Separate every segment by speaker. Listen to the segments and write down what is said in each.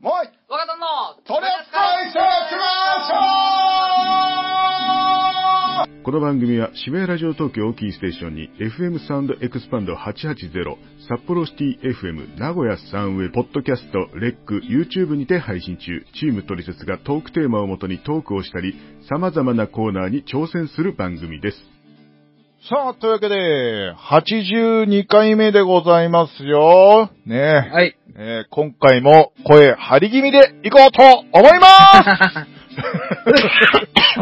Speaker 1: もう
Speaker 2: 若殿の
Speaker 1: 取り扱い説明書
Speaker 3: この番組は渋谷ラジオ東京をキーステーションに FM サウンドエクスパンド880札幌シティ FM 名古屋サンウェポッドキャストレック YouTube にて配信中チームトリセツがトークテーマをもとにトークをしたり様々なコーナーに挑戦する番組です
Speaker 1: さあ、というわけで、82回目でございますよ。ねえ。
Speaker 2: はい。
Speaker 1: ねえ今回も声張り気味でいこうと思い ま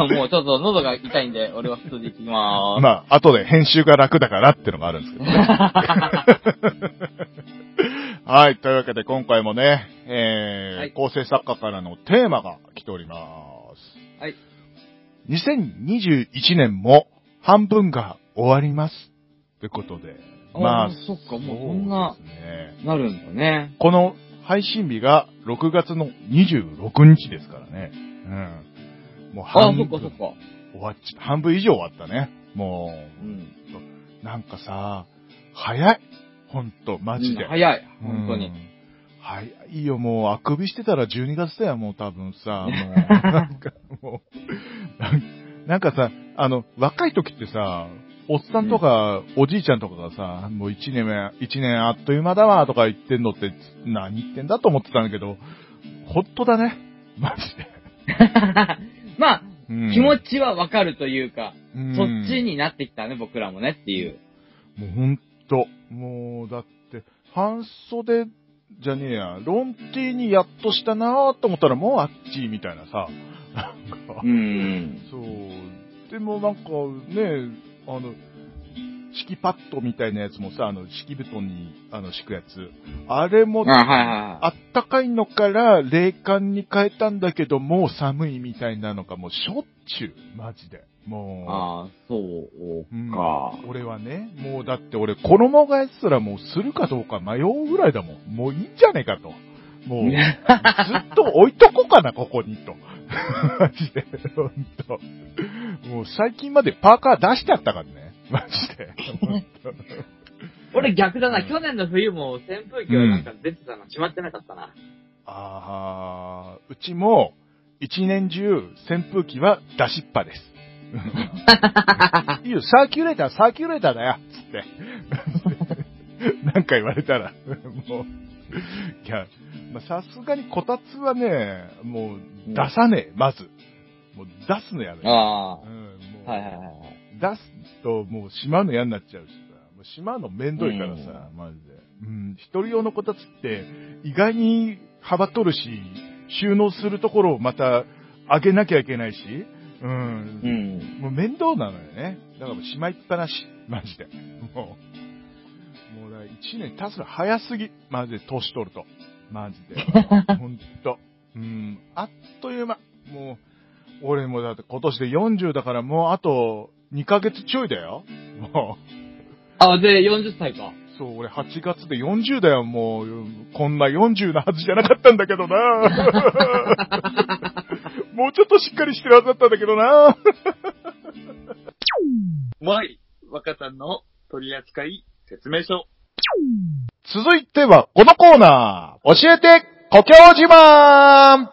Speaker 1: す
Speaker 2: もうちょっと喉が痛いんで、俺は普通で行きまーす。
Speaker 1: まあ、後で編集が楽だからってのがあるんですけどね。 はい、というわけで今回もね、えー
Speaker 2: はい
Speaker 1: 構成作家からのテーマが来ております。
Speaker 2: はい。
Speaker 1: 2021年も半分が終わります。ということで。
Speaker 2: あーそっかもうそんな
Speaker 1: そうですね
Speaker 2: なるんだね。
Speaker 1: この配信日が6月の26日ですからね。うん。もう
Speaker 2: あ、
Speaker 1: 半
Speaker 2: そ
Speaker 1: 分
Speaker 2: っかそっ
Speaker 1: 終
Speaker 2: か。
Speaker 1: わっち、半分以上終わったね。も
Speaker 2: うん。
Speaker 1: う、なんかさ、早い。ほんと、マジで。
Speaker 2: うん早い。本当
Speaker 1: う
Speaker 2: に。
Speaker 1: ん。早いよ、もう、あくびしてたら12月だよ、もう多分さ、もう、なんか、もう、なんなんかさ、あの、若い時ってさ、おっさんとか、おじいちゃんとかがさ、もう一年目、一年あっという間だわ、とか言ってんのって、何言ってんだと思ってたんだけど、ほんとだね。マジで。
Speaker 2: まあ、
Speaker 1: うん
Speaker 2: 気持ちはわかるというか、
Speaker 1: うん
Speaker 2: そっちになってきたね、僕らもねっていう。
Speaker 1: もうほんと。もう、だって、半袖じゃねえや、ロンティーにやっとしたなーと思ったらもうあっちみたいなさ。なんか
Speaker 2: う、ん。
Speaker 1: そう。でもなんかね、あの、敷きパッドみたいなやつもさ、あの、敷き布団に、あの、敷くやつ。あれも、
Speaker 2: あ、はいはい
Speaker 1: あ
Speaker 2: はい。
Speaker 1: ったかいのから冷感に変えたんだけど、もう寒いみたいなのがもうしょっちゅう、マジで。もう。
Speaker 2: ああ、そう
Speaker 1: うん
Speaker 2: か。
Speaker 1: 俺はね、もうだって俺、衣替えすらもうするかどうか迷うぐらいだもん。もういいんじゃねえかと。もう、ずっと置いとこうかな、ここに、と。 マジで、ほんと。もう最近までパーカー出しちゃったからね。マジで。
Speaker 2: 俺逆だ
Speaker 1: う
Speaker 2: な、
Speaker 1: ん
Speaker 2: 去年の冬も扇風機はなんか出てたの決まってなかったな。
Speaker 1: ああ、うちも、一年中、扇風機は出しっぱ です。いいよ、サーキュレーター、サーキュレーターだよ、つって。なんか言われたら、もう、いや、まあさすがにこたつはね、もう出さねえ、まず。もう出すのやめよ
Speaker 2: あ
Speaker 1: う。うん、もう
Speaker 2: あ、はいはいはい。
Speaker 1: 出すともうしまうの嫌になっちゃうしさ、もうしまうのめんどいからさ、マジで。うん、一人用のこたつって意外に幅取るし、収納するところをまた上げなきゃいけないし、うん、
Speaker 2: うん。
Speaker 1: もう面倒なのよね。だからもうしまいっぱなし、マジで。もう、もうだ1年経つの早すぎ、マジで、年取ると。マジで。ほんと。うん、あっという間。もう、俺もだって今年で40だからもうあと2ヶ月ちょいだよ。もう、
Speaker 2: あ、で、40歳か。
Speaker 1: そう、俺8月で40だよ、もう。こんな40のはずじゃなかったんだけどなもうちょっとしっかりしてるはずだったんだけどな
Speaker 4: もい、若さんの取扱説明書。
Speaker 1: 続いては、このコーナー、教えて、故郷自慢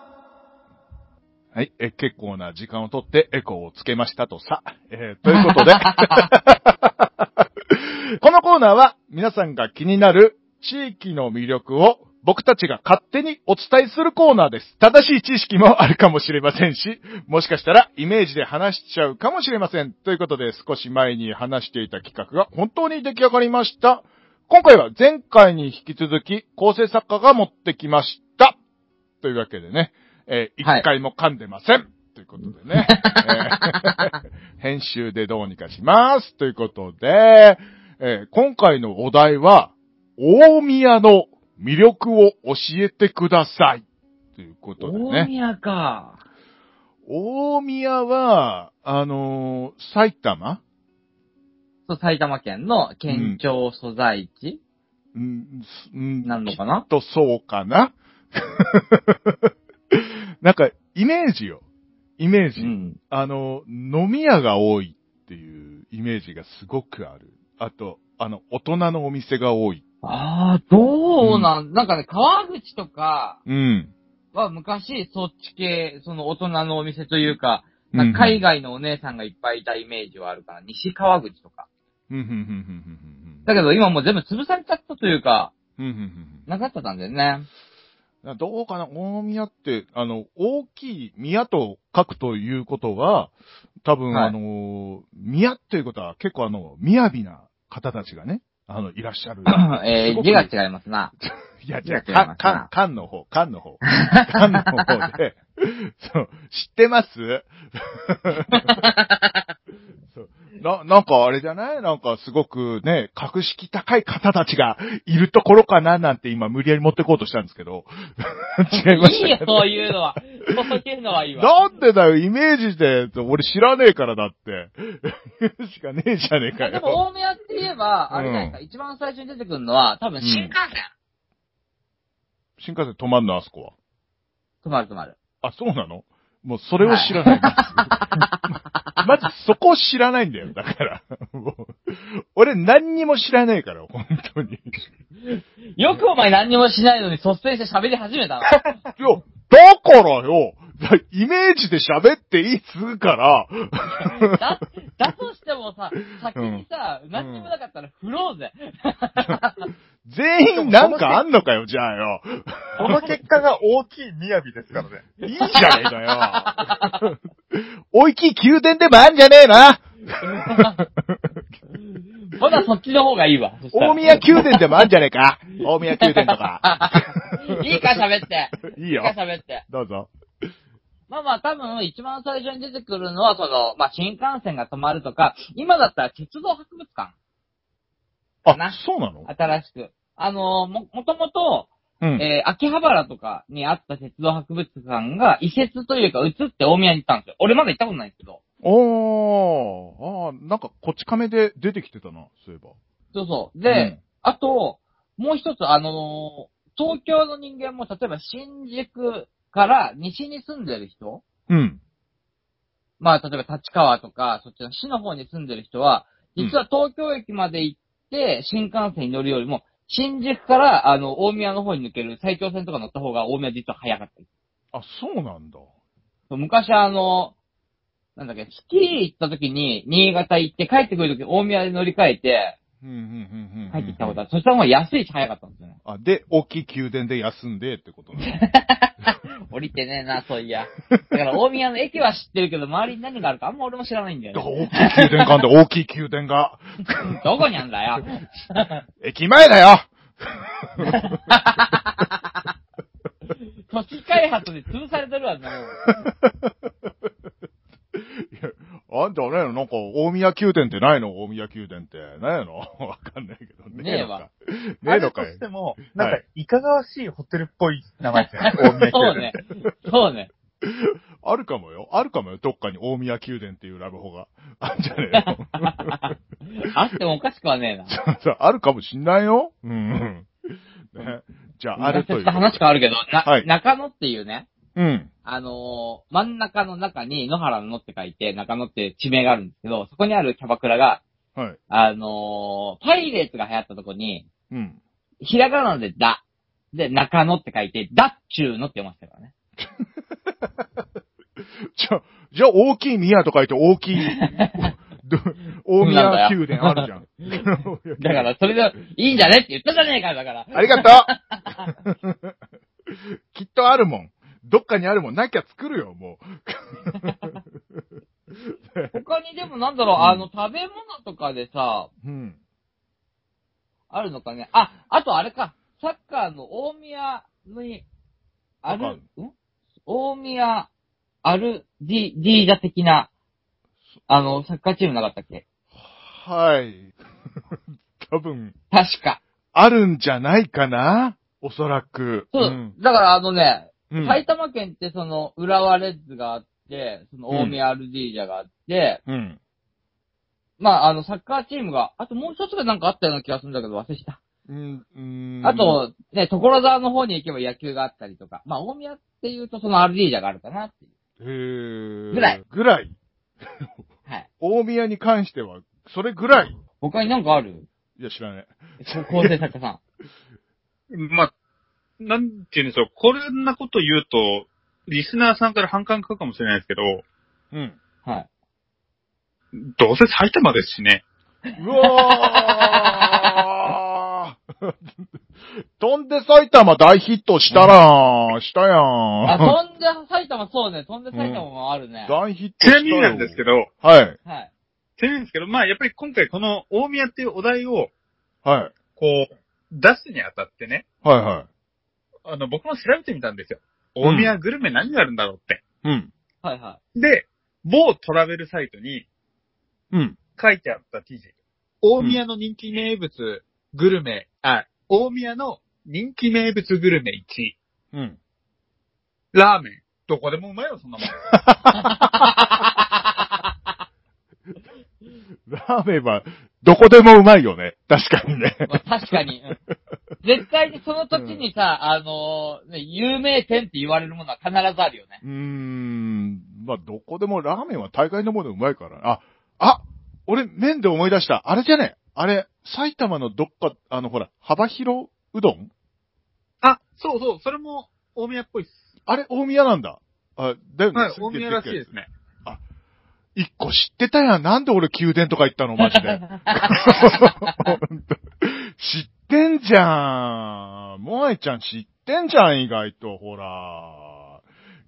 Speaker 1: はい、え、結構な時間をとってエコーをつけましたとさ、えーということで、 このコーナーは皆さんが気になる地域の魅力を僕たちが勝手にお伝えするコーナーです。正しい知識もあるかもしれませんし、もしかしたらイメージで話しちゃうかもしれません。ということで少し前に話していた企画が本当に出来上がりました。今回は前回に引き続き構成作家が持ってきました。というわけでね、えー
Speaker 2: はい
Speaker 1: 一回も噛んでません。ということでね、えー 編集でどうにかします。ということで、えー今回のお題は、大宮の魅力を教えてください。ということで
Speaker 2: 大
Speaker 1: ね。
Speaker 2: 宮か。
Speaker 1: 大宮は、あのー埼玉
Speaker 2: そう、埼玉県の県庁所在地、
Speaker 1: うん、すうん
Speaker 2: なのかな
Speaker 1: きっとそうかな なんか、イメージよ。イメージ。
Speaker 2: うん。
Speaker 1: あの、飲み屋が多いっていうイメージがすごくある。あと、あの、大人のお店が多い。
Speaker 2: ああ、どうなん、なんかね、川口とか、
Speaker 1: うん。
Speaker 2: は昔、そっち系、その大人のお店というか、なんか海外のお姉さんがいっぱいいたイメージはあるから、西川口とか。
Speaker 1: うんうんうん
Speaker 2: だけど今もう全部潰されちゃったというか、
Speaker 1: うんうんうんうんうん
Speaker 2: なかったんだよね。
Speaker 1: うんどうかな大宮って、あの、大きい宮と書くということは、多分、
Speaker 2: はい
Speaker 1: あの、宮っていうことは結構あの、雅な方たちがね、あの、いらっしゃる。
Speaker 2: え
Speaker 1: す
Speaker 2: ー、
Speaker 1: ごく
Speaker 2: 字が違いますな。
Speaker 1: いや、じゃあ、
Speaker 2: いや違
Speaker 1: か、
Speaker 2: います
Speaker 1: か、
Speaker 2: なん
Speaker 1: かんの方、かんの方。かんの方で、 そう、知ってます そうな、なんかあれじゃないなんかすごくね、格式高い方たちがいるところかななんて今無理やり持ってこうとしたんですけど。 違いまし
Speaker 2: い
Speaker 1: た
Speaker 2: いよ、
Speaker 1: けど。
Speaker 2: そういうのは。そういうのはいいわ。
Speaker 1: なんでだよ、イメージで、俺知らねえからだって。しかねえじゃねえか
Speaker 2: で
Speaker 1: よ。
Speaker 2: も、大宮って言えば、あれじゃないですか、一番最初に出てくるのは、多分新幹線。
Speaker 1: 新幹線止まんの、あそこは。
Speaker 2: 止まる止まる。
Speaker 1: あ、そうなのもうそれを知らない。まずそこを知らないんだよ、だから。 もう俺何にも知らないから、本当に。い
Speaker 2: よくお前何にもしないのに率先して喋り始めたな。
Speaker 1: や、だからよ、だイメージで喋っていいっつうから、
Speaker 2: だ、だとしてもさ、先にさ、何にもなかったら振ろうぜ。
Speaker 1: 全員なんかあんのかよ、じゃあよ。
Speaker 4: この結果が大きい雅ですからね。
Speaker 1: いいじゃねえかよ。 おいきい宮殿でもあんじゃねえ な。
Speaker 2: まだそっちの方がい いわ。そしたら
Speaker 1: 大宮宮殿でもあんじゃねえ か。大宮宮殿とか。
Speaker 2: いいか喋って。
Speaker 1: いい
Speaker 2: いい
Speaker 1: よ
Speaker 2: か。喋って。
Speaker 1: どうぞ。
Speaker 2: まあまあ多分一番最初に出てくるのはその、まあ新幹線が止まるとか、今だったら鉄道博物館。
Speaker 1: あ
Speaker 2: な、
Speaker 1: そうなの
Speaker 2: 新しく。あのーも、もともと、
Speaker 1: うん。
Speaker 2: えー、秋葉原とかにあった鉄道博物館が移設というか移って大宮に行ったんですよ。俺まだ行ったことないんですけど。
Speaker 1: おー、あー、なんかこっち亀で出てきてたな、そういえば。
Speaker 2: そうそう。で、
Speaker 1: うん
Speaker 2: あと、もう一つ、あのー東京の人間も、例えば新宿から西に住んでる人、
Speaker 1: うん。
Speaker 2: まあ、例えば立川とか、そっちの市の方に住んでる人は、実は東京駅まで行って、新幹線に乗るよりも、新宿から、あの、大宮の方に抜ける埼京線とか乗った方が、大宮実は早かったり
Speaker 1: あ、そうなんだ。
Speaker 2: そう昔あの、なんだっけ、スキー行った時に、新潟行って、帰ってくる時に大宮で乗り換えて、
Speaker 1: うん、うん、うん、うん。
Speaker 2: 帰ってきたこと
Speaker 1: あ
Speaker 2: ある。そしたらもう安いし早かったんですよね。
Speaker 1: あ、で、大きい宮殿で休んでってことね。
Speaker 2: 降りてねえな、そういや。だから大宮の駅は知ってるけど、周りに何があるかあんま俺も知らないんだ
Speaker 1: だから
Speaker 2: よね。
Speaker 1: 大きい宮殿があんだ、大きい宮殿が。
Speaker 2: どこにあんだよ。
Speaker 1: 駅前だよ
Speaker 2: 都市開発で潰されてるわ、もう。
Speaker 1: いやあんたね、なんか、大宮宮殿ってないの大宮宮殿って。ないの わかんないけど。
Speaker 2: ねえ
Speaker 1: えの
Speaker 2: わ
Speaker 1: か。ねえのか
Speaker 4: あれ
Speaker 1: い
Speaker 4: とし。ても、なん
Speaker 1: は
Speaker 4: か、いかがわしいホテルっぽい名前ですね。大宮
Speaker 2: そ
Speaker 4: 宮
Speaker 2: うね。そ うね。
Speaker 1: あるかもよ。あるかもよ。どっかに大宮宮殿っていうラブホが。あんじゃねえの
Speaker 2: あってもおかしくはねえな。
Speaker 1: そうあるかもしんないよ。うん。ね、じゃあ、ある
Speaker 2: ち
Speaker 1: と
Speaker 2: ょ
Speaker 1: い
Speaker 2: っ
Speaker 1: うことで。
Speaker 2: と話変わるけど、な、
Speaker 1: はい
Speaker 2: 中野っていうね、
Speaker 1: うん。
Speaker 2: あのー真ん中の中に野原の野って書いて、中野って地名があるんですけど、そこにあるキャバクラが、
Speaker 1: はい。
Speaker 2: あのーパイレーツが流行ったとこに、
Speaker 1: うん。
Speaker 2: ひらがなでだ。で、中野って書いて、だっちゅうのって読ませたからね。
Speaker 1: じゃあ、じゃあ、大きい宮と書いて大 きい、ど大宮宮殿あるじゃん。
Speaker 2: だから、それで、いいんじゃねって言ったじゃねえか、だから。
Speaker 1: ありがとう きっとあるもん。どっかにあるもん。なきゃ作るよ、も
Speaker 2: 他にでもなんだろう、あの、食べ物とかでさ、
Speaker 1: う。うん。
Speaker 2: あるのかね。あ、あとあれか、サッカーの大宮に、あ
Speaker 1: わか
Speaker 2: る、ん大宮、アルディ、ディージャ的な、あの、サッカーチームなかったっけ
Speaker 1: はい。 多分、
Speaker 2: 確か。
Speaker 1: あるんじゃないかなおそらく。
Speaker 2: そう、
Speaker 1: ん。
Speaker 2: だからあのね、
Speaker 1: うん。
Speaker 2: 埼玉県ってその、浦和レッズがあって、その大宮アルディージャがあって、
Speaker 1: うん。
Speaker 2: まあ、あの、サッカーチームが、あともう一つがなんかあったような気がするんだけど忘れした。
Speaker 1: うん。うん
Speaker 2: あ、と、ね、所沢の方に行けば野球があったりとか、まあ、大宮っていうとそのアルディージャがあるかなっていう。
Speaker 1: へー
Speaker 2: ぐらい。
Speaker 1: ぐらい。
Speaker 2: はい。
Speaker 1: 大宮に関しては、それぐらい。
Speaker 2: 他になんかある
Speaker 1: いや、知らない。
Speaker 2: 高校生作家さん。
Speaker 4: まあ、なんて言うんでしょう、こんなこと言うと、リスナーさんから反感買うかもしれないですけど、
Speaker 1: うん。
Speaker 2: はい。
Speaker 4: どうせ埼玉ですしね。
Speaker 1: うわー 飛んで埼玉大ヒットしたら、したや
Speaker 2: あ、
Speaker 1: ん。
Speaker 2: 飛んで埼玉、そうね、飛んで埼玉もあるね。
Speaker 1: 大ヒット
Speaker 4: ちなみになんですけ
Speaker 1: ど。
Speaker 4: ど、
Speaker 1: はい。
Speaker 2: はい。
Speaker 4: ちなみにですけど、まあやっぱり今回この大宮っていうお題を、
Speaker 1: はい。
Speaker 4: こう、出すにあたってね、
Speaker 1: はいは
Speaker 4: あの、僕も調べてみたんですよ。大宮グルメ何があるんだろうって。
Speaker 1: い。うん。
Speaker 2: はいは
Speaker 4: で、某トラベルサイトに
Speaker 1: うん。
Speaker 4: 書いてあった記事。大宮の人気名物グルメ、あ、大宮の人気名物グルメ1位。
Speaker 1: うん。
Speaker 4: ラーメン。どこでもうまいよ、そんなもん。
Speaker 1: ラーメンは、どこでもうまいよね。確かにね。
Speaker 2: い。まあ、確かに。うん絶対にその土地にさ、あのーね、有名店って言われるものは必ずあるよね。
Speaker 1: うーん。まあ、どこでもラーメンは大概のものうまいからな。あ、あ俺、麺で思い出した。あれじゃねあれ、埼玉のどっか、あの、ほら、幅広うどん
Speaker 4: あ、そうそう、それも大宮っぽいっす。
Speaker 1: あれ、大宮なんだ。あ、だよね。
Speaker 4: はい、
Speaker 1: すっ
Speaker 4: 大
Speaker 1: げえ
Speaker 4: 宮らしいですね。
Speaker 1: 一個知ってたやん。なんで俺宮殿とか行ったのマ ジで。本当知ってんじゃん。萌えちゃん知ってんじゃん、意外と。ほら。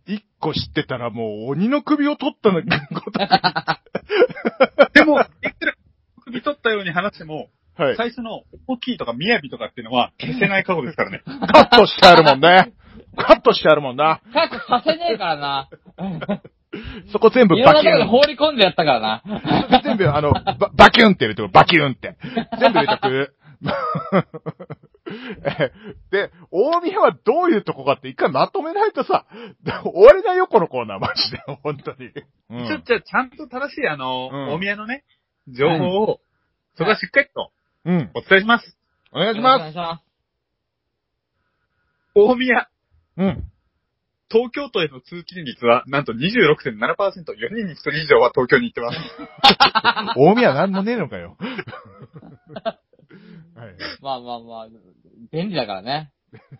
Speaker 1: 一個知ってたらもう鬼の首を取ったの、 こと
Speaker 4: でも、いくら首取ったように話しても、
Speaker 1: はい。
Speaker 4: 最初の大きいとか雅とかっていうのは消せない過去ですからね。
Speaker 1: カットしてあるもんね。カットしてあるもんな。
Speaker 2: カットさせねえからな。
Speaker 1: そこ全部
Speaker 2: いろん
Speaker 1: バ
Speaker 2: な
Speaker 1: キ
Speaker 2: とこ
Speaker 1: ュ
Speaker 2: で
Speaker 1: ン。
Speaker 2: 放り込んでやったからな。
Speaker 1: 全部、あの、ババキュンって入れてバキュンって。全部入れとく。 えで、大宮はどういうとこかって一回まとめないとさ、終われないよ、このコーナー、マジで、本当に。う
Speaker 4: ちょ、
Speaker 1: ん、
Speaker 4: じゃあちゃんと正しい、あの、
Speaker 1: うん
Speaker 4: 大宮のね、情報を、それはしっかりと
Speaker 1: うん。
Speaker 4: お伝えします。
Speaker 1: お願いし
Speaker 2: よろ
Speaker 1: ま
Speaker 2: くお願いします。
Speaker 4: 大宮、
Speaker 1: す。うん。
Speaker 4: 東京都への通勤率は、なんと26.7%、4人に1人以上は東京に行ってます。
Speaker 1: 大宮なんもねえのかよ。 はい。
Speaker 2: まあまあまあ、便利だからね。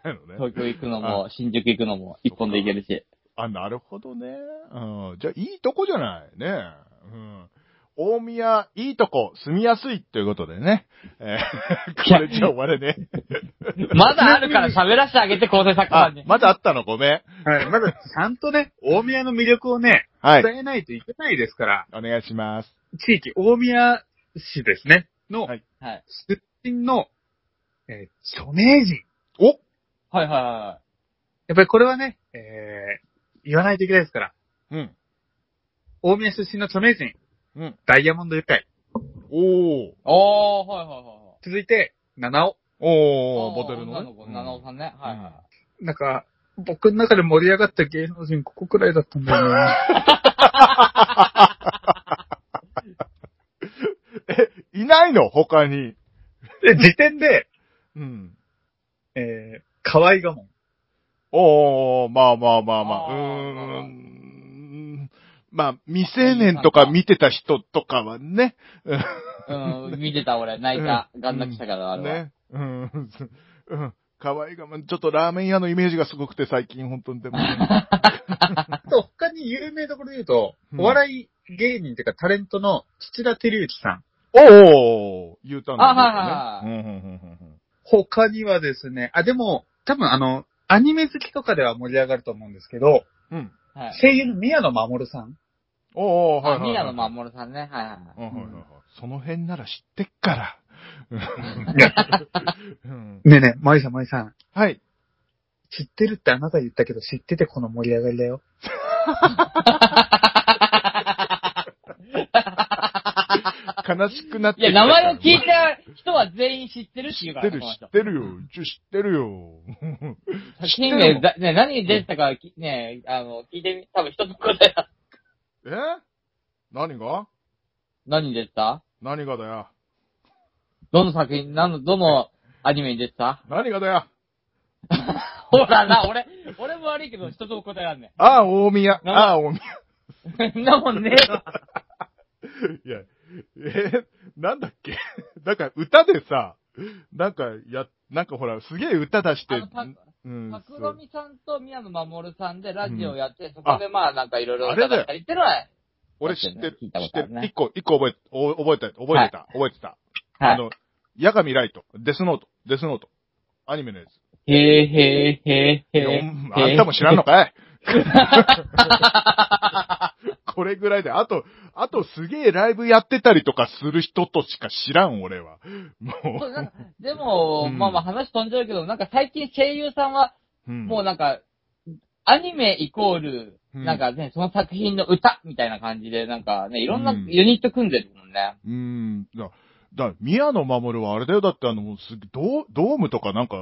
Speaker 1: なのね。
Speaker 2: 東京行くのも、新宿行くのも、一本で行けるし。
Speaker 1: あ、なるほどね。うん。じゃあ、いいとこじゃないね。うん。大宮、いいとこ、住みやすいということでね。えーこれじゃ終われね。
Speaker 2: まだあるから喋らせてあげて、構成作家さ
Speaker 1: あ
Speaker 2: んに、。
Speaker 1: まだあったのごめん。
Speaker 4: はい、 まだちゃんとね、大宮の魅力をね、
Speaker 1: はい。
Speaker 4: 伝えないといけないですから、
Speaker 1: お願いします。
Speaker 4: 地域、大宮市ですね、の
Speaker 1: はい
Speaker 2: はい。
Speaker 4: 出身の、えー著名人。
Speaker 1: お
Speaker 2: はいはいは
Speaker 4: やっぱりこれはね、えー、言わないといけないですから、
Speaker 1: うん。
Speaker 4: 大宮出身の著名人、
Speaker 1: うん。
Speaker 4: ダイヤモンド愉快。
Speaker 1: おー。
Speaker 2: い。おー、はいはいはいはい。
Speaker 4: 続いて、七尾。
Speaker 1: おー、
Speaker 2: ー
Speaker 1: ボトルのね。
Speaker 2: 女の子、七尾さんね。はいはいはい。
Speaker 4: なんか、僕の中で盛り上がった芸能人ここくらいだったんだよ ね。
Speaker 1: うん。いないの他に。
Speaker 4: で、時点で、
Speaker 1: うん。
Speaker 4: えー、河合がもん。
Speaker 1: おー、まあまあまあまあ。
Speaker 2: あ
Speaker 1: う
Speaker 2: ー
Speaker 1: ーん。まあ、未成年とか見てた人とかはね。
Speaker 2: うん、見てた俺、泣いた。ガン泣きしたから、あれは。
Speaker 1: ね。うん。うん。かわいがま、ちょっとラーメン屋のイメージがすごくて最近本当にでもね、
Speaker 4: あと、他に有名どころで言うと、
Speaker 1: うん
Speaker 4: お笑い芸人というかタレントの土田照之さん。
Speaker 1: おー !U ターン
Speaker 2: あはい
Speaker 1: ね。うんうんうんうん
Speaker 4: 他にはですね、あ、でも、多分あの、アニメ好きとかでは盛り上がると思うんですけど、
Speaker 1: うん。うん。
Speaker 2: はい。
Speaker 4: 声優の宮野守さん。
Speaker 1: おー、はいは
Speaker 2: あ、
Speaker 1: いはい。
Speaker 2: 宮野真守さんね。はいはいはい。
Speaker 1: うんはいはいはい。その辺なら知ってっから。
Speaker 4: いや、
Speaker 1: うん
Speaker 4: ねえねえ、マリさん、マリさん。
Speaker 1: はい。
Speaker 4: 知ってるってあなた言ったけど、知っててこの盛り上がりだよ。
Speaker 1: 悲しくなって
Speaker 2: いや、
Speaker 1: きた
Speaker 2: 名前を聞いた人は全員知ってるって言
Speaker 1: 知
Speaker 2: うか
Speaker 1: って
Speaker 2: ら、
Speaker 1: る、
Speaker 2: この
Speaker 1: 知
Speaker 2: 人
Speaker 1: ってるよ。一応知ってるよ。
Speaker 2: 作
Speaker 1: 知ってる
Speaker 2: 品名、だね、何に出てたかき、ね、あの、聞いてみ、多分一つ答えは。
Speaker 1: え何が
Speaker 2: 何に出てた
Speaker 1: 何がだよ。
Speaker 2: どの作品、何の、どのアニメに出てた
Speaker 1: 何がだよ。
Speaker 2: ほらな、俺、俺も悪いけど、一つも答えらんね
Speaker 1: ああ、大宮。ああ、大宮。
Speaker 2: ん。そんなもんねえわ。
Speaker 1: いや、えーなんだっけ なんか歌でさ、なんかや、なんかほら、すげえ歌出して
Speaker 2: あの、パ、
Speaker 1: うん。
Speaker 2: 角
Speaker 1: そう
Speaker 2: 上さんと宮野守さんでラジオやって、そこでまあなんかいろいろ
Speaker 1: あれだよ
Speaker 2: ったりってのは、
Speaker 1: 俺知ってる、
Speaker 2: 聞
Speaker 1: 知
Speaker 2: いたこ
Speaker 1: っ
Speaker 2: とあ
Speaker 1: て
Speaker 2: る
Speaker 1: る。
Speaker 2: ね
Speaker 1: 一個、一個覚えて、お覚えてた、覚えてた、覚えてた。
Speaker 2: は
Speaker 1: あ
Speaker 2: い。
Speaker 1: の、ヤガミライト、デスノート、デスノート。アニメのやつ。
Speaker 2: へーへーへー
Speaker 1: い
Speaker 2: へ
Speaker 1: や
Speaker 2: ー
Speaker 1: お
Speaker 2: へ
Speaker 1: ん
Speaker 2: ー
Speaker 1: あんたも知らんの かいこれぐらいで、あと、あとすげえライブやってたりとかする人としか知らん、俺は。も
Speaker 2: そうなんかでも、
Speaker 1: うん
Speaker 2: まあまあ話飛んじゃうけど、なんか最近声優さんは、
Speaker 1: う。うん
Speaker 2: もうなんか、アニメイコール、
Speaker 1: うん
Speaker 2: なんかね、その作品の歌みたいな感じで、なんかね、いろんな
Speaker 1: うん
Speaker 2: ユニット組んでるもんね。
Speaker 1: うーん。だ、だ、宮野守はあれだよ。だってあの、もうすドードームとかなんか、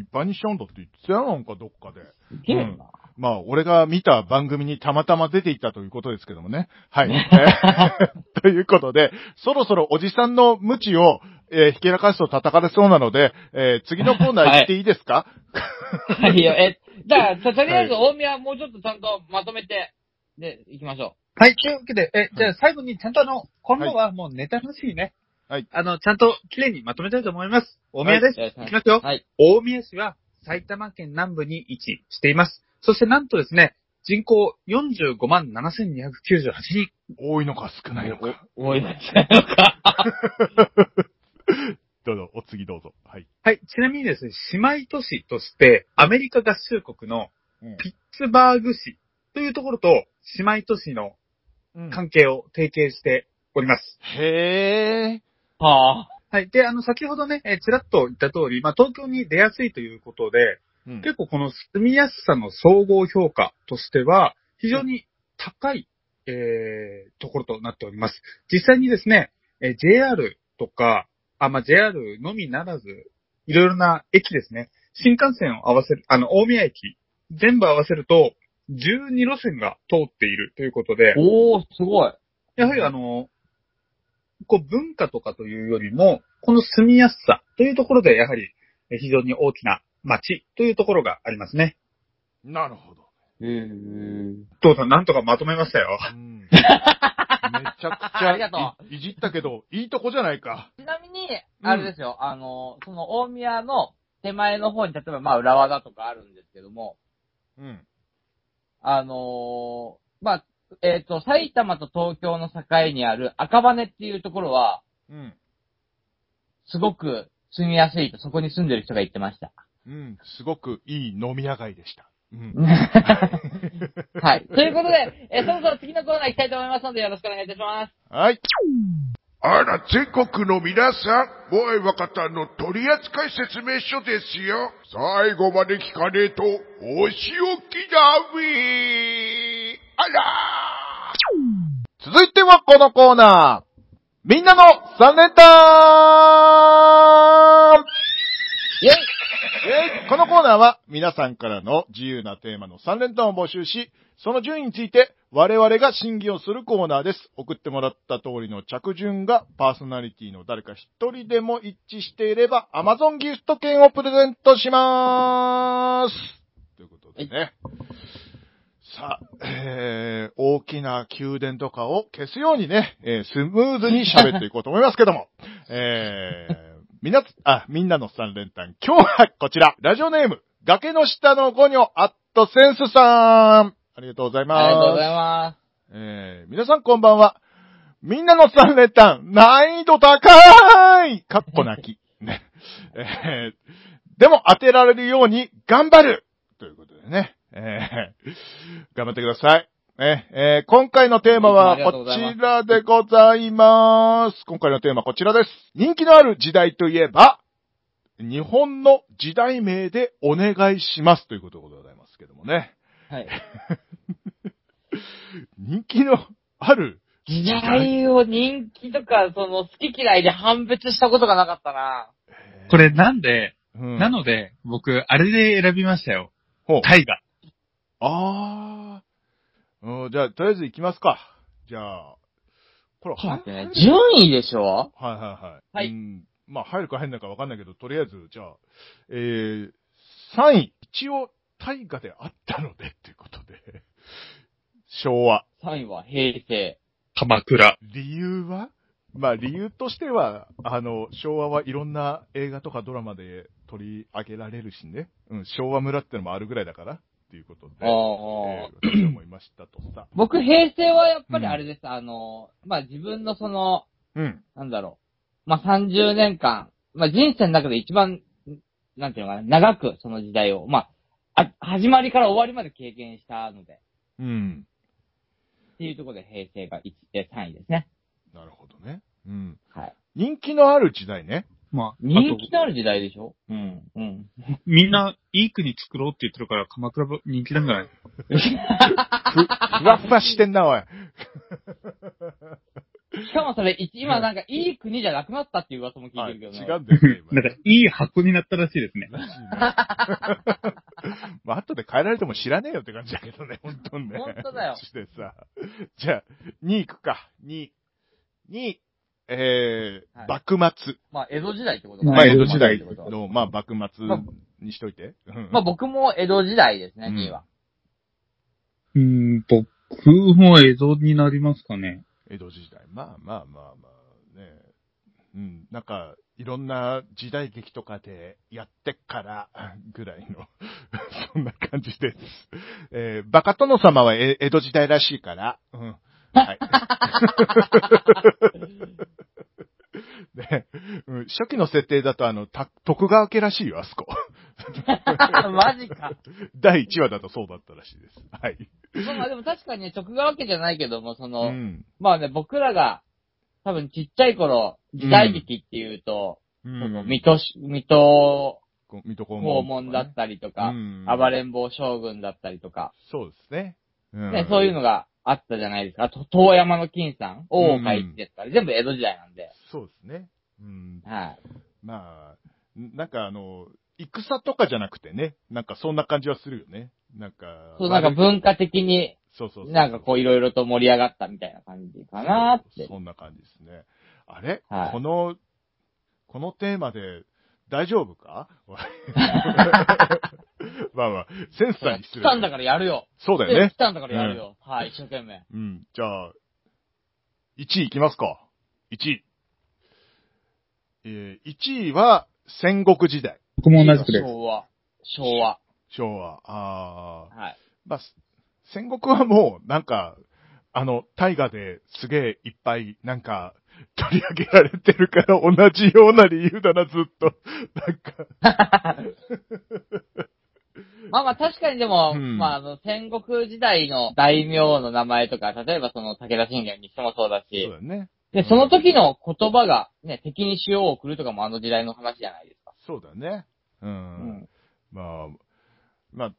Speaker 1: 一般にしちゃうんだって言ってたよ、なんかどっかで。
Speaker 2: すげえな。
Speaker 1: まあ、俺が見た番組にたまたま出ていたということですけどもね。はい。えー ということで、そろそろおじさんの無知を、えーひけらかすと叩かれそうなので、えー次のコーナー行っていいですか、
Speaker 2: はいよ、え、だから、ととりあえず
Speaker 1: は
Speaker 2: 大宮はもうちょっとちゃんとまとめて、で、行きましょ
Speaker 4: はい、というわけで、え、じゃあ最後にちゃんとあの、今度はもうネタなしにね、
Speaker 1: はい
Speaker 4: あの、ちゃんと綺麗にまとめたいと思います。大宮です。
Speaker 2: はい
Speaker 4: い、きますよ、
Speaker 2: はい
Speaker 4: 大宮市は埼玉県南部に位置しています。そしてなんとですね、人口45万7298人。
Speaker 1: 多いのか少ないのか。
Speaker 2: う。思い出したのか。
Speaker 1: どうぞ、お次どうぞ。はい。
Speaker 4: はい、ちなみにですね、姉妹都市として、アメリカ合衆国の
Speaker 1: うん
Speaker 4: ピッツバーグ市というところと、姉妹都市の関係を提携しております。
Speaker 1: へー。
Speaker 2: はあ。
Speaker 4: はい。で、あの、先ほどね、えーちらっと言った通り、まあ、東京に出やすいということで、
Speaker 1: うん
Speaker 4: 結構この住みやすさの総合評価としては、非常に高い、えー、ところとなっております。実際にですね、えー JR とか、あ、まあ、JR のみならず、いろいろな駅ですね、新幹線を合わせる、あの、大宮駅、全部合わせると、12路線が通っているということで、
Speaker 2: おー、すごい。
Speaker 4: やはりあの、こう文化とかというよりも、この住みやすさというところで、やはりえ非常に大きな街というところがありますね。
Speaker 1: なるほど。
Speaker 2: へー。
Speaker 4: 父さん、なんとかまとめましたよ。
Speaker 1: うん、めちゃくち
Speaker 2: あ
Speaker 1: ゃ
Speaker 2: りがと
Speaker 1: いいじったけど、いいとこじゃないか。
Speaker 2: ちなみに、あれですよ、あの、その大宮の手前の方に、例えばまあ浦和だとかあるんですけども、
Speaker 1: うん。
Speaker 2: あのーまあ、えっ、と、埼玉と東京の境にある赤羽っていうところは、
Speaker 1: うん。
Speaker 2: すごく住みやすいと、そこに住んでる人が言ってま した。
Speaker 1: うん。すごくいい飲み屋街でした。うん。
Speaker 2: はい。ということで、えーそろそろ次のコーナー行きたいと思いますので、よろしくお願いいたします。
Speaker 1: はい。あら、全国の皆さん、モアイ若旦の取扱説明書ですよ。最後まで聞かねえと、お仕置きだべあら続いてはこのコーナー。みんなの3連単
Speaker 2: イェイ
Speaker 1: えーこのコーナーは皆さんからの自由なテーマの3連単を募集し、その順位について我々が審議をするコーナーです。送ってもらった通りの着順がパーソナリティの誰か一人でも一致していれば Amazon ギフト券をプレゼントしまーすということでね。さあ、えー、大きな宮殿とかを消すようにね、えースムーズに喋っていこうと思いますけども。えー、みなつ、あ、みんなの三連単。今日はこちら、ラジオネーム、崖の下のゴニョ、アットセンスさん。ありがとうございます。
Speaker 2: ありがとうございま
Speaker 1: えー、皆さんこんばんは。みんなの三連単、難易度高いかっこ泣き。ね。えー、でも当てられるように頑張るということでね。えー、頑張ってください。ねえー今回のテーマはこちらでございます。今回のテーマはこちらです。人気のある時代といえば、日本の時代名でお願いしますということでございますけどもね。
Speaker 2: す。はい。
Speaker 1: 人気のある
Speaker 2: 時代を人気とか、その好き嫌いで判別したことがなかったな。
Speaker 4: これなんで、
Speaker 1: うん
Speaker 4: なので、僕、あれで選びましたよ。
Speaker 1: ほう。
Speaker 4: 大河。
Speaker 1: ああ。うん、じゃあ、とりあえず行きますか。じゃあ、これ、
Speaker 2: ちょっと待って
Speaker 1: は
Speaker 2: ね
Speaker 1: い、
Speaker 2: 順位でしょ
Speaker 1: はいはい。
Speaker 2: はい
Speaker 1: うんまあ、入るか入んないかわかんないけど、とりあえず、じゃあ、えー、3位。一応、大河であったので、っていうことで。昭和。
Speaker 2: ?3 位は平成。
Speaker 4: 鎌倉。
Speaker 1: 理由はまあ理由としては、あの、昭和はいろんな映画とかドラマで取り上げられるしね。うん、昭和村ってのもあるぐらいだから、っていうことで、
Speaker 2: ああ
Speaker 1: えー私は思いましたとさ。
Speaker 2: 僕、平成はやっぱりあれです。あの、まあ、自分のその、
Speaker 1: うん。
Speaker 2: なんだろう。まあ、30年間、まあ、人生の中で一番、なんていうのかな、長くその時代を、まあ、あ、始まりから終わりまで経験したので、
Speaker 1: うん。
Speaker 2: っていうところで平成が1で3位ですね。
Speaker 1: なるほどね。うん。
Speaker 2: はい。
Speaker 1: 人気のある時代 ね。
Speaker 4: まあ、
Speaker 2: 人
Speaker 4: あ
Speaker 2: 気
Speaker 4: と
Speaker 2: のある時代でしょ
Speaker 1: うん。
Speaker 2: うん。
Speaker 4: みんな、いい国作ろうって言ってるから、鎌倉人気なんじ ゃない
Speaker 1: ふわふわしてんな、おい。
Speaker 2: しかもそれ、い今なんかいい国じゃなくなったっていう噂も聞い
Speaker 1: は
Speaker 2: て
Speaker 1: い、
Speaker 2: るけ
Speaker 1: 違う
Speaker 2: どね。
Speaker 1: んですよ、今
Speaker 4: なんか、いい箱になったらしいですね。
Speaker 1: らしいね。 まあ、後で変えられても知らねえよって感じだけ どね、本当にね。
Speaker 2: 本当だよ
Speaker 1: そしてさ、じゃあ、2行くか、2。2、えー
Speaker 2: はい
Speaker 1: 幕末
Speaker 2: まあ、江戸時代ってことか
Speaker 4: まあ江戸時代
Speaker 2: ってこと
Speaker 1: の、まあ、幕末にしといて。うん
Speaker 2: まあ、僕も江戸時代ですね、
Speaker 1: うん
Speaker 2: 2位は。
Speaker 4: うーん、僕も映像になりますかね。
Speaker 1: 江戸時代。まあまあまあまあ、ね。うん、なんか、いろんな時代劇とかでやってっから、ぐらいの、 そんな感じです。えーバカ殿様はえ江戸時代らしいから、うん。はい。 ね、うん初期の設定だと、あの、た徳川家らしいよ、あそこ。
Speaker 2: マジか。
Speaker 1: 第1話だとそうだったらしいです。はい。
Speaker 2: まあまあ、でも確かにね、徳川家じゃないけども、その、
Speaker 1: うん。
Speaker 2: まあね、僕らが、多分ちっちゃい頃、時代劇っていうと、
Speaker 1: う
Speaker 2: その
Speaker 1: ん。
Speaker 2: 水戸し、水戸
Speaker 1: こ水戸黄
Speaker 2: 黄門だったりとか、
Speaker 1: うん
Speaker 2: 暴れん坊将軍だったりとか、
Speaker 1: そうですね。うん
Speaker 2: ね、そういうのがあったじゃないですか。あと、遠山の金さん、大岡一ですから、全部江戸時代なんで。
Speaker 1: そうですね。うん。
Speaker 2: はい。
Speaker 1: まあ、んなんかあの、戦とかじゃなくてね、なんかそんな感じはするよね。なんか、
Speaker 2: そう、なんか文化的に、
Speaker 1: そうそうそう
Speaker 2: なんかこういろいろと盛り上がったみたいな感じかなっ
Speaker 1: そう
Speaker 2: て。
Speaker 1: そんな感じですね。あれ、
Speaker 2: はい
Speaker 1: この、このテーマで大丈夫 か まあまあ、センスさんに失礼。
Speaker 2: 来たんだからやるよ。
Speaker 1: そうだよね
Speaker 2: 来。たんだからやるよ。はい、一生懸命。
Speaker 1: うん。じゃあ、1位いきますか。1位。え1位は戦国時代。
Speaker 4: 僕も同じくです。
Speaker 2: 昭和。昭和。
Speaker 1: 昭和。ああ。
Speaker 2: はい。
Speaker 1: まあ、す戦国はもう、なんか、あの、大河ですげえいっぱい、なんか、取り上げられてるから同じような理由だな、ずっと。 なんか、
Speaker 2: まあまあ確かにでも、
Speaker 1: うん
Speaker 2: まああの、戦国時代の大名の名前とか、例えばその武田信玄にしてもそうだ
Speaker 1: そう
Speaker 2: し、
Speaker 1: だね。
Speaker 2: で、その時の言葉がね、敵に塩を送るとかもあの時代の話じゃないですか。
Speaker 1: そうだね。う。
Speaker 2: うんん。
Speaker 1: まあ、まあ、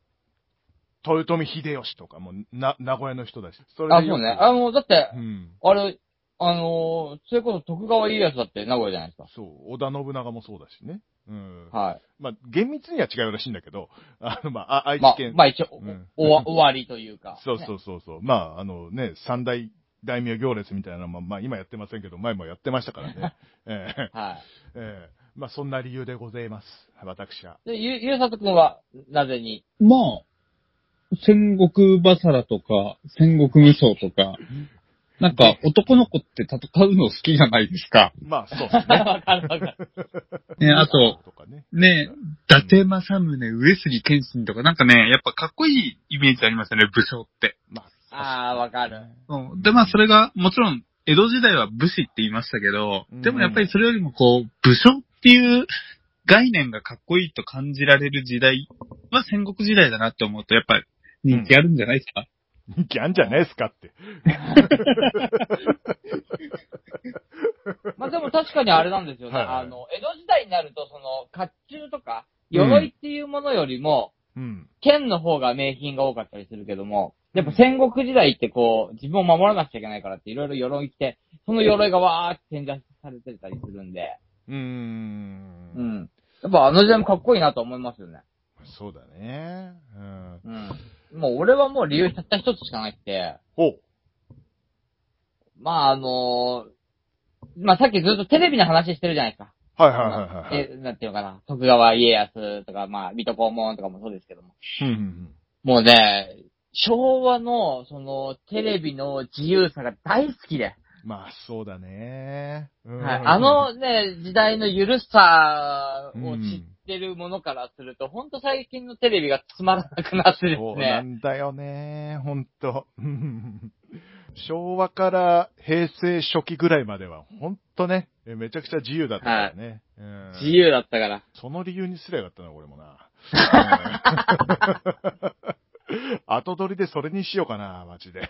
Speaker 1: 豊臣秀吉とかも、な、名古屋の人だし。それ
Speaker 2: あ、
Speaker 1: でよ
Speaker 2: そう
Speaker 1: く
Speaker 2: ね。あ、もうだって
Speaker 1: う、ん。
Speaker 2: あれ、あのーそれこそ徳川家康だって名古屋じゃないです
Speaker 1: そう、織田信長もそうだしね。うん。
Speaker 2: か。はい。
Speaker 1: まあ、厳密には違うらしいんだけど、あの、まあ、あ愛
Speaker 2: まあ
Speaker 1: 知、県
Speaker 2: まあ一応、
Speaker 1: うん
Speaker 2: おわ終わりというか。
Speaker 1: そうそうそうそう。まあ、あのね、三大大名行列みたいなのも、まあ今やってませんけど、前もやってましたからね。ええ
Speaker 2: は
Speaker 1: ええまあそんな理由でございます。私は。
Speaker 2: い。で、ゆ、ゆうさとくんは、なぜに
Speaker 4: まあ、戦国バサラとか、戦国無双とか、なんか男の子って戦うの好きじゃないですか。
Speaker 1: まあそう
Speaker 2: わかるわかる。
Speaker 4: ね、あと、
Speaker 1: とかね。
Speaker 4: ね、伊達政宗、上杉謙信とか、なんかね、やっぱかっこいいイメージありますよね、武将って。
Speaker 1: まあ。
Speaker 2: あーわかる。
Speaker 4: うん、で、まあそれが、もちろん、江戸時代は武士って言いましたけど、でもやっぱりそれよりもこう、武将っていう概念がかっこいいと感じられる時代は戦国時代だなって思うと、やっぱり人気あるんじゃないですか、
Speaker 1: 人気あんじゃないですかって。
Speaker 2: まあでも確かにあれなんですよね。
Speaker 1: はいはい
Speaker 2: あの、江戸時代になると、その、甲冑とか、
Speaker 1: うん
Speaker 2: 鎧っていうものよりも、
Speaker 1: うん。
Speaker 2: 剣の方が名品が多かったりするけども、やっぱ戦国時代ってこう、自分を守らなくちゃいけないからって、いろいろ鎧着て、その鎧がわーって展示されてたりするんで、
Speaker 1: うーん。
Speaker 2: うん。やっぱあの時代もかっこいいなと思いますよね。
Speaker 1: そうだね。うん。
Speaker 2: うん。もう俺はもう理由たった一つしかなくて、
Speaker 1: おう。
Speaker 2: まああのまあさっきずっとテレビの話してるじゃないですか。
Speaker 1: はいはいはいはいはい。
Speaker 2: え、なんていうのかな。徳川家康とか、まあ、水戸黄門とかもそうですけども。
Speaker 1: うんうん
Speaker 2: もうね、昭和の、その、テレビの自由さが大好きで。
Speaker 1: うんまあそうだね。うん
Speaker 2: はい。あ、のね、時代のゆるさを知っってるものからすると、ほんと最近のテレビがつまらなくなってです
Speaker 1: そうな
Speaker 2: ね。
Speaker 1: んだよね、ほんと。 昭和から平成初期ぐらいまでは、ほんとね、えめちゃくちゃ自由だったからね。うん
Speaker 2: 自由だったから。
Speaker 1: その理由にすりゃよかったな、俺もな。うん後取りでそれにしようかな、マジ で。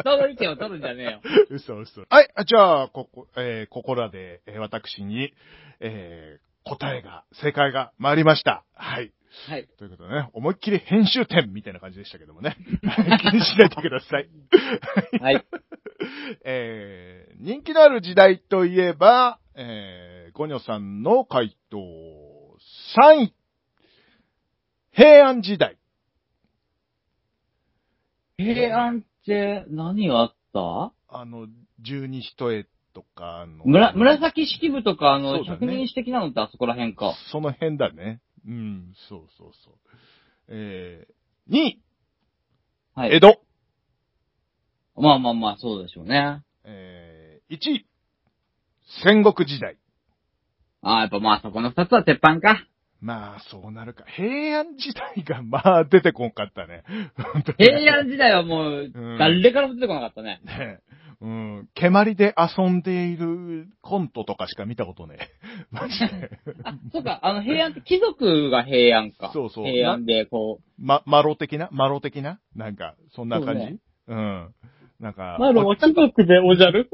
Speaker 2: 人の意見を取るんじゃねえよ。
Speaker 1: 嘘嘘。はい、じゃあ、ここ、えーここらで、えー私に、えー答えが、正解が回りました。はい。
Speaker 2: はい。
Speaker 1: ということでね、思いっきり編集点みたいな感じでしたけどもね。はい気にしないでください。
Speaker 2: はい。
Speaker 1: えー人気のある時代といえば、えーゴニョさんの回答、3位。平安時代。
Speaker 2: 平安って何があった
Speaker 1: あの、十二一重とかあの、
Speaker 2: むら、紫式部とか、あの、
Speaker 1: そうだね
Speaker 2: 百人一的なのってあそこら辺か。
Speaker 1: その辺だね。うん、そうそうそう。えー、2位、
Speaker 2: は
Speaker 1: 江
Speaker 2: い。
Speaker 1: 戸。
Speaker 2: まあまあまあ、そうでしょうね。
Speaker 1: えー、1位、戦国時代。
Speaker 2: ああ、やっぱまあそこの二つは鉄板か。
Speaker 1: まあ、そうなるか。平安時代が、まあ、出てこんかったね。本当に
Speaker 2: 平安時代はもう
Speaker 1: うん、
Speaker 2: 誰からも出てこな かったね。
Speaker 1: ねえ。うん。蹴鞠で遊んでいるコントとかしか見たことね え。マジで。
Speaker 2: あ、そうか、あの平安って貴族が平安か。
Speaker 1: そうそう
Speaker 2: 平安で、こう。
Speaker 1: ま、マロ的なマロ的ななんか、そんな感じう,、
Speaker 2: そうね
Speaker 1: ん。なんか、
Speaker 2: は貴族でおじゃる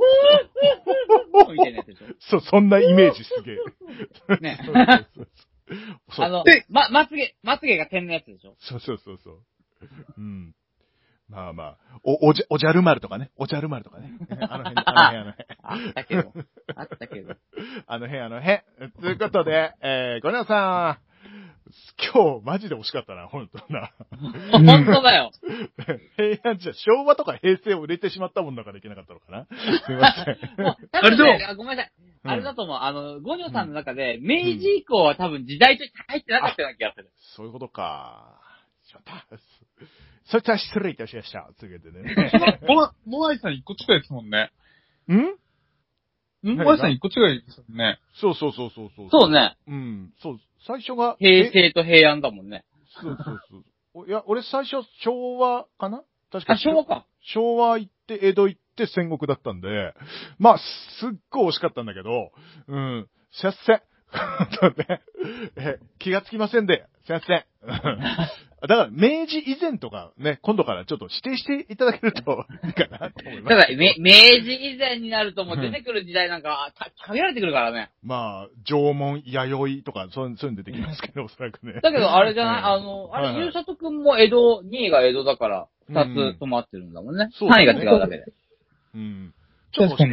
Speaker 2: みたいなやつでし
Speaker 1: そう、そんなイメージすげえ。
Speaker 2: ょ。ね。
Speaker 1: そうそうそうそう
Speaker 2: あの
Speaker 4: で、
Speaker 2: ま、まつげ、まつげが点のやつでしょ。
Speaker 1: そうそうそうそう。うん。まあまあ、お、おじゃ、おじゃる丸とかね。おじゃる丸とかね。あの辺、あの辺、あの辺。
Speaker 2: あったけど。あったけど。
Speaker 1: あの辺、あの辺。ということで、えー、ごめんなさん。今日、マジで惜しかったな、本当な。
Speaker 2: 本当だよ。
Speaker 1: 平安じゃ、昭和とか平成を売れてしまったもんだからいけなかったのかな。すいません。
Speaker 2: もう、多
Speaker 4: あれ
Speaker 2: 分
Speaker 4: でも
Speaker 2: ね、あごめんなさい。
Speaker 1: うん
Speaker 2: あれだと思う。あの、ゴニョさんの中で、明治以降は多分時代として入ってなかったような気がする。
Speaker 1: そういうことか。しまった。そいつは失礼いたしました。つけてね。
Speaker 4: モア、モアイさん一個違いですもんね。
Speaker 1: ん何が
Speaker 4: モアイさん一個違いですもんね。
Speaker 1: そうそうそうそうそう。
Speaker 2: そう。ね。
Speaker 1: うん。そう。最初が。
Speaker 2: 平
Speaker 1: え。
Speaker 2: 成と平安だもんね。
Speaker 1: そうそうそうお。いや、俺最初、昭和かな確か
Speaker 2: あ、昭和か。
Speaker 1: 昭和行って、江戸行って、戦国だったんで、まあ、すっごい惜しかったんだけど、うん、すいません。そう ねえ気がつきませんで、すいません。うんだから、明治以前とかね、今度からちょっと指定していただけるといいかなと思い
Speaker 2: た
Speaker 1: ます。
Speaker 2: だ、め明治以前になるともう出てくる時代なんか、た限られてくるからね。
Speaker 1: まあ、縄文、弥生とか、そうそういうの出てきますけど、おそらくね。
Speaker 2: だけど、あれじゃない、
Speaker 1: うん
Speaker 2: あの、あ
Speaker 1: はいは
Speaker 2: れ、
Speaker 1: い
Speaker 2: ゆうさとくんも江戸、2位が江戸だから、
Speaker 1: うん
Speaker 2: 2つ止まってるんだもんね。
Speaker 1: そうだ
Speaker 2: 3
Speaker 1: ね
Speaker 2: 位が違うだけで。
Speaker 1: うん。ちょっと惜しかっ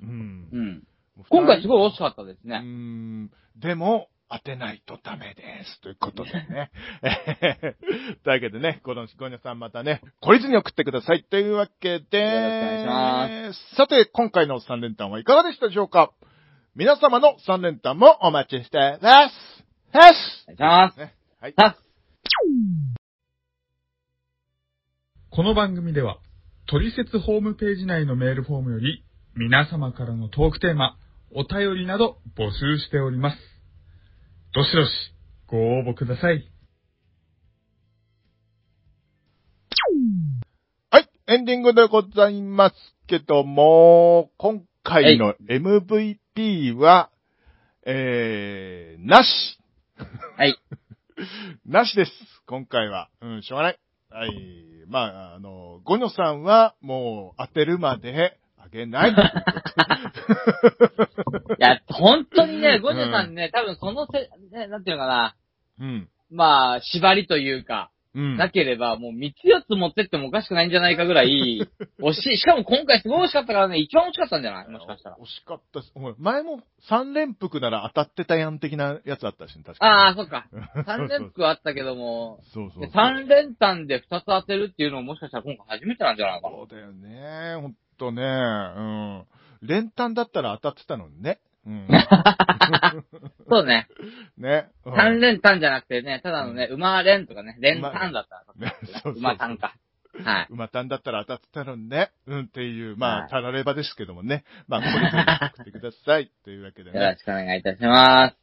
Speaker 1: た。うん
Speaker 2: う。ん。今回すごい惜しかったです
Speaker 1: うー
Speaker 2: ね。
Speaker 1: ん。でも、当てないとダメです。ということでね。 えへへというわけでね、このゴニョさんまたね、懲りずに送ってください。というわけで、
Speaker 2: よろしくお願いしま
Speaker 1: さて、今回の3連単はいかがでしたでしょうか皆様の3連単もお待ちしています。です
Speaker 2: お願いします。
Speaker 1: ねはい。
Speaker 2: さあ、
Speaker 4: この番組では、トリセツホームページ内のメールフォームより、皆様からのトークテーマ、お便りなど募集しております。どしどし、ご応募ください。
Speaker 1: はい、エンディングでございますけども、今回の MVP は、えー、なし
Speaker 2: はい。
Speaker 1: なしです。今回は。うん、しょうがない。はい。まあ、あの、ゴニョさんはもう当てるまであげない。
Speaker 2: いや、本当にね、ゴニョさんね、多分そのせ、ね、なんていうのかな、
Speaker 1: うん。
Speaker 2: まあ、縛りというか、
Speaker 1: うん。
Speaker 2: なければ、もう3つ4つ持ってってもおかしくないんじゃないかぐらい、惜しい。しかも今回すごい惜しかったからね、一番惜しかったんじゃないもしかしたら。
Speaker 1: 惜しかったし、お前前も3連服なら当たってたやん的なやつあったし、確かに。
Speaker 2: ああ、そっ か。3連服あったけども、
Speaker 1: そうそうそう。
Speaker 2: 3連単で2つ当てるっていうのももしかしたら今回初めてなんじゃないかな。
Speaker 1: そうだよね。ほんとね。うん。練炭だったら当たってたのにね。うん。
Speaker 2: そうね。
Speaker 1: ね。うん
Speaker 2: 3連単じゃなくてね、ただのね、馬連とかね、連単だった
Speaker 1: ね
Speaker 2: ら。
Speaker 1: そうそうそう
Speaker 2: 馬単か。はい。
Speaker 1: 馬単だったら当たってたのにね。うんっていう、
Speaker 2: は
Speaker 1: まあ、
Speaker 2: い
Speaker 1: たらればですけども ね。まあ、これで送ってください。というわけで
Speaker 2: よろ
Speaker 1: ね。
Speaker 2: しくお願いいたします。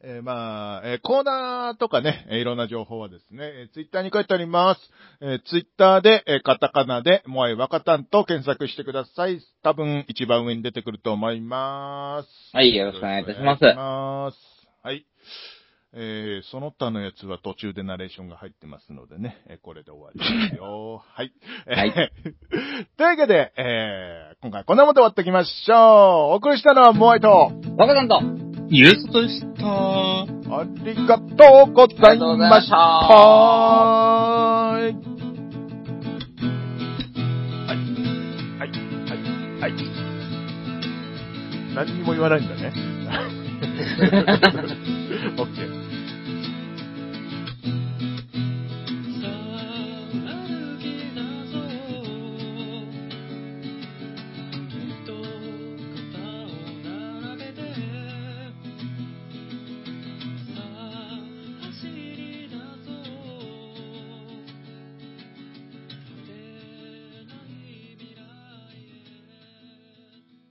Speaker 1: えーまあ、えーコーナーとかね、えーいろんな情報はですね、えーツイッターに書いてあります。えーツイッターで、えーカタカナで、モアイワカタンと検索してください。多分、一番上に出てくると思います。
Speaker 2: はいよろしくお願いいたします
Speaker 1: よろくお願いしますはい。えーその他のやつは途中でナレーションが入ってますのでね、えーこれで終わりです よ。はい。
Speaker 2: は い
Speaker 1: というわけで、えー今回こんなもんで終わっていきましょう。お送りしたのはモアイと、
Speaker 2: 若さんと、
Speaker 4: ゆうさとでした。
Speaker 1: ありがとうございました。はい。はい。はい。はい。 何にも言わないんだね。